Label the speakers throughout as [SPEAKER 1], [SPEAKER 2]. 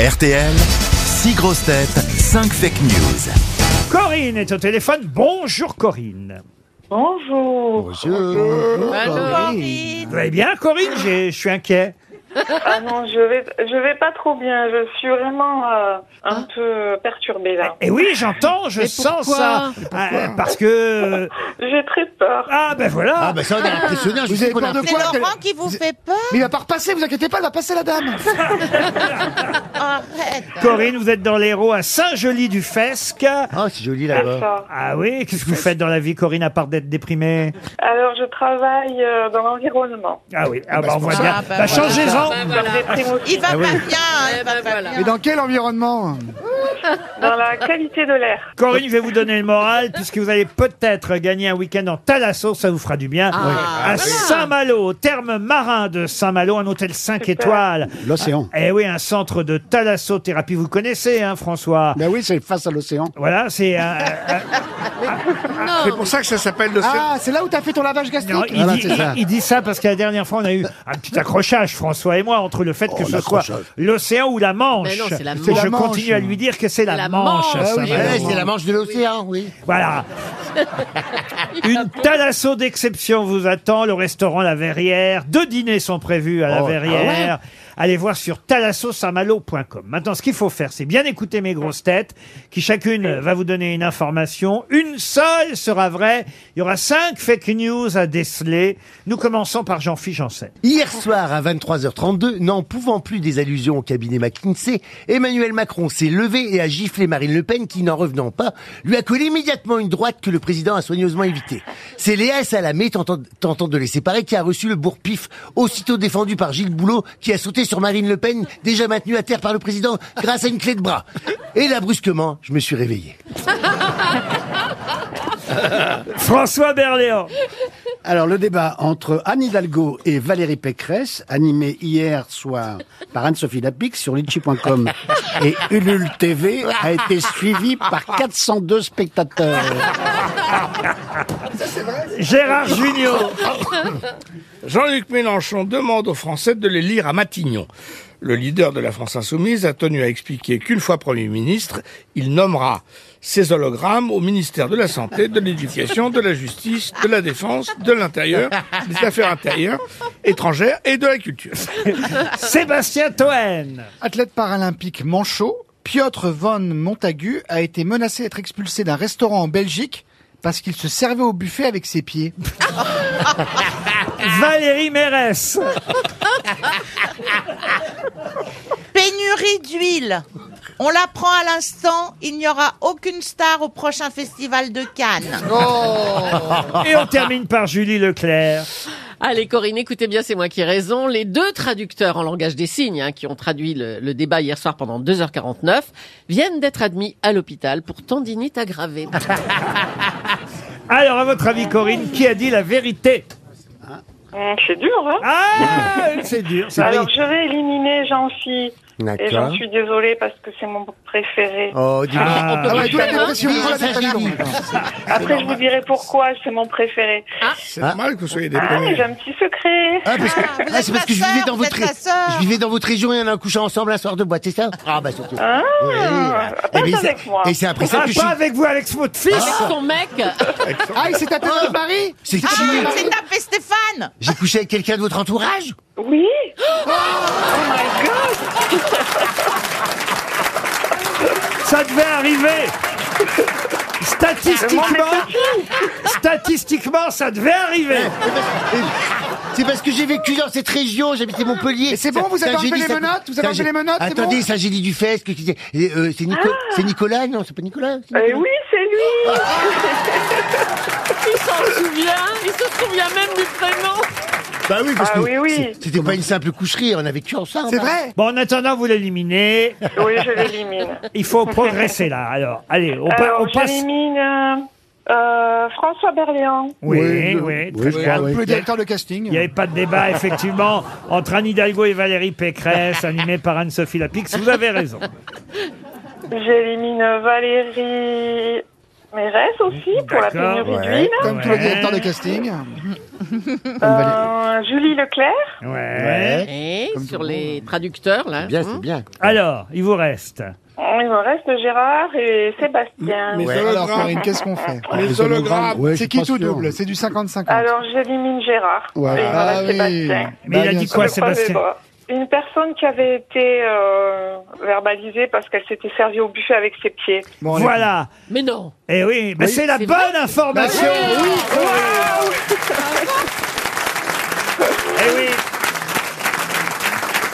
[SPEAKER 1] RTL, 6 grosses têtes, 5 fake news.
[SPEAKER 2] Corinne est au téléphone. Bonjour Corinne.
[SPEAKER 3] Bonjour.
[SPEAKER 2] Vous allez bien Corinne J'ai- Je suis inquiet.
[SPEAKER 3] Ah non, je vais, je vais pas trop bien. Je suis vraiment euh, un peu perturbée là.
[SPEAKER 2] Et Eh oui, j'entends, je sens
[SPEAKER 4] pourquoi
[SPEAKER 2] ça. Ah, parce que...
[SPEAKER 3] J'ai très peur.
[SPEAKER 2] Ah ben voilà.
[SPEAKER 5] Ah ben ça on est impressionnant, je
[SPEAKER 6] Vous
[SPEAKER 5] sais
[SPEAKER 6] avez
[SPEAKER 5] qu'on
[SPEAKER 6] peur
[SPEAKER 5] a...
[SPEAKER 6] de
[SPEAKER 4] C'est
[SPEAKER 6] quoi qu'elle-
[SPEAKER 4] Laurent qui vous fait peur
[SPEAKER 6] Mais il va pas repasser, vous inquiétez pas, il va passer la dame.
[SPEAKER 4] Arrête
[SPEAKER 2] Corinne, vous êtes dans l'Hérault à Saint-Joly-du-Fesque.
[SPEAKER 5] Ah c'est joli là-bas.
[SPEAKER 3] D'accord.
[SPEAKER 2] Ah oui, qu'est-ce que vous faites dans la vie, Corinne, à part d'être déprimée
[SPEAKER 3] Alors, je travaille euh, dans l'environnement.
[SPEAKER 2] Ah oui, ah bah, on voit
[SPEAKER 4] ça.
[SPEAKER 2] bien.
[SPEAKER 4] Ah, bah,
[SPEAKER 2] Bah,
[SPEAKER 4] voilà.
[SPEAKER 2] changez-en.
[SPEAKER 3] Dans des
[SPEAKER 4] Il
[SPEAKER 3] primo-
[SPEAKER 4] va pas bien, il va pas bien.
[SPEAKER 6] Et dans quel environnement
[SPEAKER 3] Dans la qualité de l'air.
[SPEAKER 2] Corinne, je vais vous donner le moral puisque vous allez peut-être gagner un week-end en Thalasso, ça vous fera du
[SPEAKER 4] Ah,
[SPEAKER 2] bien. à Saint-Malo, au terme marin de Saint-Malo, un hôtel 5
[SPEAKER 3] Super.
[SPEAKER 2] étoiles.
[SPEAKER 5] L'océan.
[SPEAKER 2] Eh oui, un centre de thalassothérapie. Vous connaissez, hein, François
[SPEAKER 5] Ben oui, c'est face à l'océan.
[SPEAKER 2] Voilà, c'est un. un-
[SPEAKER 6] C'est pour ça que ça s'appelle le Ah, c'est là où t'as fait ton lavage gastrique
[SPEAKER 2] non, il,
[SPEAKER 5] Voilà,
[SPEAKER 2] dit,
[SPEAKER 5] c'est ça.
[SPEAKER 2] il- il dit ça parce que la dernière fois, on a eu un petit accrochage, François et moi, entre le fait que ce soit
[SPEAKER 5] Oh, l'accrochage.
[SPEAKER 2] l'océan ou la Manche.
[SPEAKER 4] Mais non, c'est la
[SPEAKER 2] Et je
[SPEAKER 6] Manche.
[SPEAKER 2] continue à lui dire que c'est la,
[SPEAKER 4] La
[SPEAKER 2] Manche.
[SPEAKER 4] Manche.
[SPEAKER 2] ça
[SPEAKER 5] Ah oui,
[SPEAKER 2] va.
[SPEAKER 5] ouais, c'est la manche de l'océan, oui.
[SPEAKER 2] Voilà. Une thalasso d'exception vous attend, le restaurant La Verrière. Deux dîners sont prévus à La
[SPEAKER 5] Oh, ah
[SPEAKER 2] Verrière. Allez voir sur thalassosamalo.com. Maintenant, ce qu'il faut faire, c'est bien écouter mes grosses têtes, qui chacune va vous donner une information. Une seule sera vraie. Il y aura cinq fake news à déceler. Nous commençons par Jean-Philippe Janssen.
[SPEAKER 5] Hier soir à 23h32, n'en pouvant plus des allusions au cabinet McKinsey, Emmanuel Macron s'est levé et a giflé Marine Le Pen qui, n'en revenant pas, lui a collé immédiatement une droite que le président a soigneusement évitée. C'est Léa Salamé, tentant, tentant de les séparer, qui a reçu le bourre-pif, aussitôt défendu par Gilles Boulot, qui a sauté sur Marine Le Pen, déjà maintenue à terre par le président grâce à une clé de bras. Et là, brusquement, je me suis réveillé.
[SPEAKER 2] François Berléand.
[SPEAKER 7] Alors le débat entre Anne Hidalgo et Valérie Pécresse, animé hier soir par Anne-Sophie Lapic sur litchi.com et Ulule TV, a été suivi par 402 spectateurs.
[SPEAKER 2] Gérard Junior.
[SPEAKER 8] Jean-Luc Mélenchon demande aux Français de les lire à Matignon. Le leader de la France insoumise a tenu à expliquer qu'une fois Premier ministre, il nommera ses hologrammes au ministère de la Santé, de l'Éducation, de la Justice, de la Défense, de l'Intérieur, des Affaires intérieures, étrangères et de la Culture.
[SPEAKER 2] Sébastien Toen.
[SPEAKER 6] Athlète paralympique manchot, Piotr von Montagu a été menacé d'être expulsé d'un restaurant en Belgique parce qu'il se servait au buffet avec ses pieds.
[SPEAKER 2] Valérie Mérès.
[SPEAKER 4] Pénurie d'huile. On l'apprend à l'instant, il n'y aura aucune star au prochain festival de Cannes.
[SPEAKER 2] Et on termine par Julie Leclerc.
[SPEAKER 9] Allez Corinne, écoutez bien, c'est moi qui ai raison. Les deux traducteurs en langage des signes, hein, qui ont traduit le, le débat hier soir pendant 2h49, viennent d'être admis à l'hôpital pour tendinite aggravée.
[SPEAKER 2] Alors, à votre avis, Corinne, qui a dit la vérité
[SPEAKER 3] Hum, C'est dur, hein
[SPEAKER 2] Ah, c'est dur. Ça.
[SPEAKER 3] Alors, je vais éliminer Jean-Phi. Et j'en
[SPEAKER 5] D'accord.
[SPEAKER 3] suis désolée parce que c'est mon préféré.
[SPEAKER 5] Oh, dis
[SPEAKER 2] Ah,
[SPEAKER 6] Ah ouais, d'où la
[SPEAKER 9] faire, hein.
[SPEAKER 6] dépression, d'où la
[SPEAKER 5] Ça, j'ai
[SPEAKER 6] dépression.
[SPEAKER 5] dit.
[SPEAKER 3] Après, je vous dirai pourquoi c'est mon préféré.
[SPEAKER 8] C'est
[SPEAKER 5] Ah.
[SPEAKER 8] normal que vous soyez
[SPEAKER 3] Ah, mais
[SPEAKER 8] déprimé.
[SPEAKER 3] j'ai un petit secret.
[SPEAKER 5] Ah, parce que,
[SPEAKER 4] Ah, vous
[SPEAKER 5] ah,
[SPEAKER 4] êtes
[SPEAKER 5] c'est parce
[SPEAKER 4] ma
[SPEAKER 5] que je
[SPEAKER 4] sœur,
[SPEAKER 5] vivais dans
[SPEAKER 4] vous êtes
[SPEAKER 5] votre,
[SPEAKER 4] ma
[SPEAKER 5] ré-
[SPEAKER 4] sœur.
[SPEAKER 5] je vivais dans votre région et on a couché ensemble un soir de boîte, c'est ça Ah bah surtout.
[SPEAKER 3] Ah,
[SPEAKER 5] Oui.
[SPEAKER 3] pas
[SPEAKER 5] Eh bien,
[SPEAKER 3] avec
[SPEAKER 5] c'est-
[SPEAKER 3] moi.
[SPEAKER 5] Et c'est après ça
[SPEAKER 2] Ah,
[SPEAKER 5] que je suis.
[SPEAKER 2] pas avec vous, Alex Motefils
[SPEAKER 9] Avec son mec,
[SPEAKER 6] Ah, il s'est tapé votre mari
[SPEAKER 5] C'est qui
[SPEAKER 4] Ah, c'est tapé Stéphane
[SPEAKER 5] J'ai couché avec quelqu'un de votre entourage
[SPEAKER 3] Oui
[SPEAKER 2] Ça devait arriver Statistiquement, statistiquement, ça devait arriver.
[SPEAKER 5] C'est parce que j'ai vécu dans cette région, j'habitais Montpellier.
[SPEAKER 6] Et c'est bon, vous avez enlevé les menottes Vous avez enlevé les menottes, c'est
[SPEAKER 5] Attendez,
[SPEAKER 6] bon Ah.
[SPEAKER 5] ça j'ai dit du fest. que- que- euh, C'est Nico- c'est Nicolas Non, c'est pas Nicolas c'est
[SPEAKER 6] Eh
[SPEAKER 3] Euh,
[SPEAKER 5] Nicolas.
[SPEAKER 3] oui, c'est lui
[SPEAKER 9] il s'en souvient, il se souvient même du prénom.
[SPEAKER 5] Bah oui, parce
[SPEAKER 3] Ah
[SPEAKER 5] que
[SPEAKER 3] oui, oui.
[SPEAKER 5] c'est- c'était pas une simple coucherie, on a vécu ensemble. hein.
[SPEAKER 6] C'est vrai
[SPEAKER 2] Bon, en attendant, vous l'éliminez.
[SPEAKER 3] Oui, je l'élimine.
[SPEAKER 2] Il faut progresser là. Alors, allez, on, pa-
[SPEAKER 3] Alors,
[SPEAKER 2] on passe.
[SPEAKER 3] j'élimine euh, euh, François Berléand.
[SPEAKER 2] Oui, oui,
[SPEAKER 7] Oui,
[SPEAKER 2] très
[SPEAKER 7] oui,
[SPEAKER 2] bien.
[SPEAKER 7] oui.
[SPEAKER 6] Le directeur de
[SPEAKER 2] Il n'y
[SPEAKER 6] casting.
[SPEAKER 2] avait pas de débat, effectivement, entre Anne Hidalgo et Valérie Pécresse, animée par Anne-Sophie Lapix. Vous avez raison.
[SPEAKER 3] J'élimine Valérie Mais reste aussi pour la
[SPEAKER 2] D'accord,
[SPEAKER 3] pénurie
[SPEAKER 2] ouais.
[SPEAKER 3] d'huile.
[SPEAKER 6] Comme tous
[SPEAKER 2] Ouais.
[SPEAKER 6] les directeurs de casting.
[SPEAKER 3] Euh, Julie Leclerc.
[SPEAKER 2] Ouais.
[SPEAKER 9] Et sur les traducteurs, là.
[SPEAKER 5] Bien,
[SPEAKER 9] hein.
[SPEAKER 5] c'est bien.
[SPEAKER 2] Alors, il vous reste.
[SPEAKER 3] Il me reste Gérard et Sébastien.
[SPEAKER 8] Mais- mais-
[SPEAKER 6] Alors, Corinne, qu'est-ce qu'on fait
[SPEAKER 8] Les
[SPEAKER 7] les hologrammes,
[SPEAKER 8] hologrammes,
[SPEAKER 7] ouais, je
[SPEAKER 6] C'est
[SPEAKER 7] suis
[SPEAKER 6] qui
[SPEAKER 7] pas
[SPEAKER 6] tout
[SPEAKER 7] sûr.
[SPEAKER 6] double C'est du 50-50.
[SPEAKER 3] Alors j'élimine Gérard.
[SPEAKER 7] Ouais.
[SPEAKER 3] Et il me
[SPEAKER 6] ah
[SPEAKER 3] reste
[SPEAKER 6] oui.
[SPEAKER 3] Sébastien.
[SPEAKER 2] Mais il a
[SPEAKER 6] bien
[SPEAKER 2] dit
[SPEAKER 6] sûr.
[SPEAKER 2] quoi,
[SPEAKER 3] Je crois que
[SPEAKER 2] Sébastien
[SPEAKER 3] bah, Une personne qui avait été euh, verbalisée parce qu'elle s'était servie au buffet avec ses pieds.
[SPEAKER 6] Bon, allez.
[SPEAKER 2] Voilà.
[SPEAKER 9] Mais non.
[SPEAKER 2] Et Eh oui, mais c'est la
[SPEAKER 9] c'est
[SPEAKER 2] bonne
[SPEAKER 9] vrai.
[SPEAKER 2] information.
[SPEAKER 6] Bah oui,
[SPEAKER 2] Waouh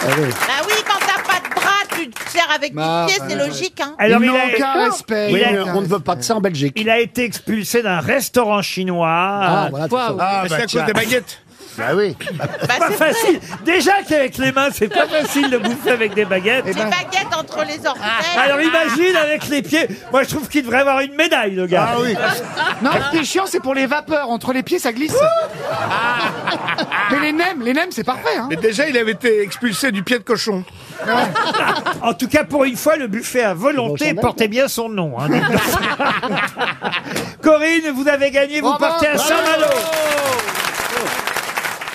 [SPEAKER 2] Eh oui.
[SPEAKER 4] Bah oui, quand t'as pas de bras, tu te sers avec
[SPEAKER 6] Bah,
[SPEAKER 4] tes pieds, c'est
[SPEAKER 6] ouais.
[SPEAKER 4] logique, hein.
[SPEAKER 2] Alors
[SPEAKER 6] Ils
[SPEAKER 2] il
[SPEAKER 6] n'ont
[SPEAKER 2] a,
[SPEAKER 6] aucun respect.
[SPEAKER 2] Oui,
[SPEAKER 6] ils n'ont
[SPEAKER 2] mais
[SPEAKER 6] aucun
[SPEAKER 7] on ne veut pas de
[SPEAKER 6] respect.
[SPEAKER 7] ça en Belgique.
[SPEAKER 2] il a été expulsé d'un restaurant chinois.
[SPEAKER 7] Ah, voilà,
[SPEAKER 9] Waouh.
[SPEAKER 7] tout ça.
[SPEAKER 8] Ah,
[SPEAKER 5] bah
[SPEAKER 8] c'est à
[SPEAKER 5] tiens.
[SPEAKER 8] cause des baguettes.
[SPEAKER 5] Bah oui.
[SPEAKER 4] Bah,
[SPEAKER 2] pas
[SPEAKER 4] c'est
[SPEAKER 2] facile. Déjà qu'avec les mains, c'est pas facile de bouffer avec des baguettes.
[SPEAKER 4] des baguettes entre les orteils.
[SPEAKER 2] Alors imagine avec les pieds. Moi, je trouve qu'il devrait avoir une médaille, le gars.
[SPEAKER 5] Ah oui.
[SPEAKER 6] Non, ce qui est chiant, c'est pour les vapeurs. Entre les pieds, ça glisse. Mais les nems, les nems, c'est parfait. Hein.
[SPEAKER 8] Mais déjà, il avait été expulsé du pied de cochon.
[SPEAKER 2] En tout cas, pour une fois, le buffet à volonté portait bien son nom. hein. Corinne, vous avez gagné, vous
[SPEAKER 6] Bravo,
[SPEAKER 2] partez à
[SPEAKER 6] bravo.
[SPEAKER 2] Saint-Malo.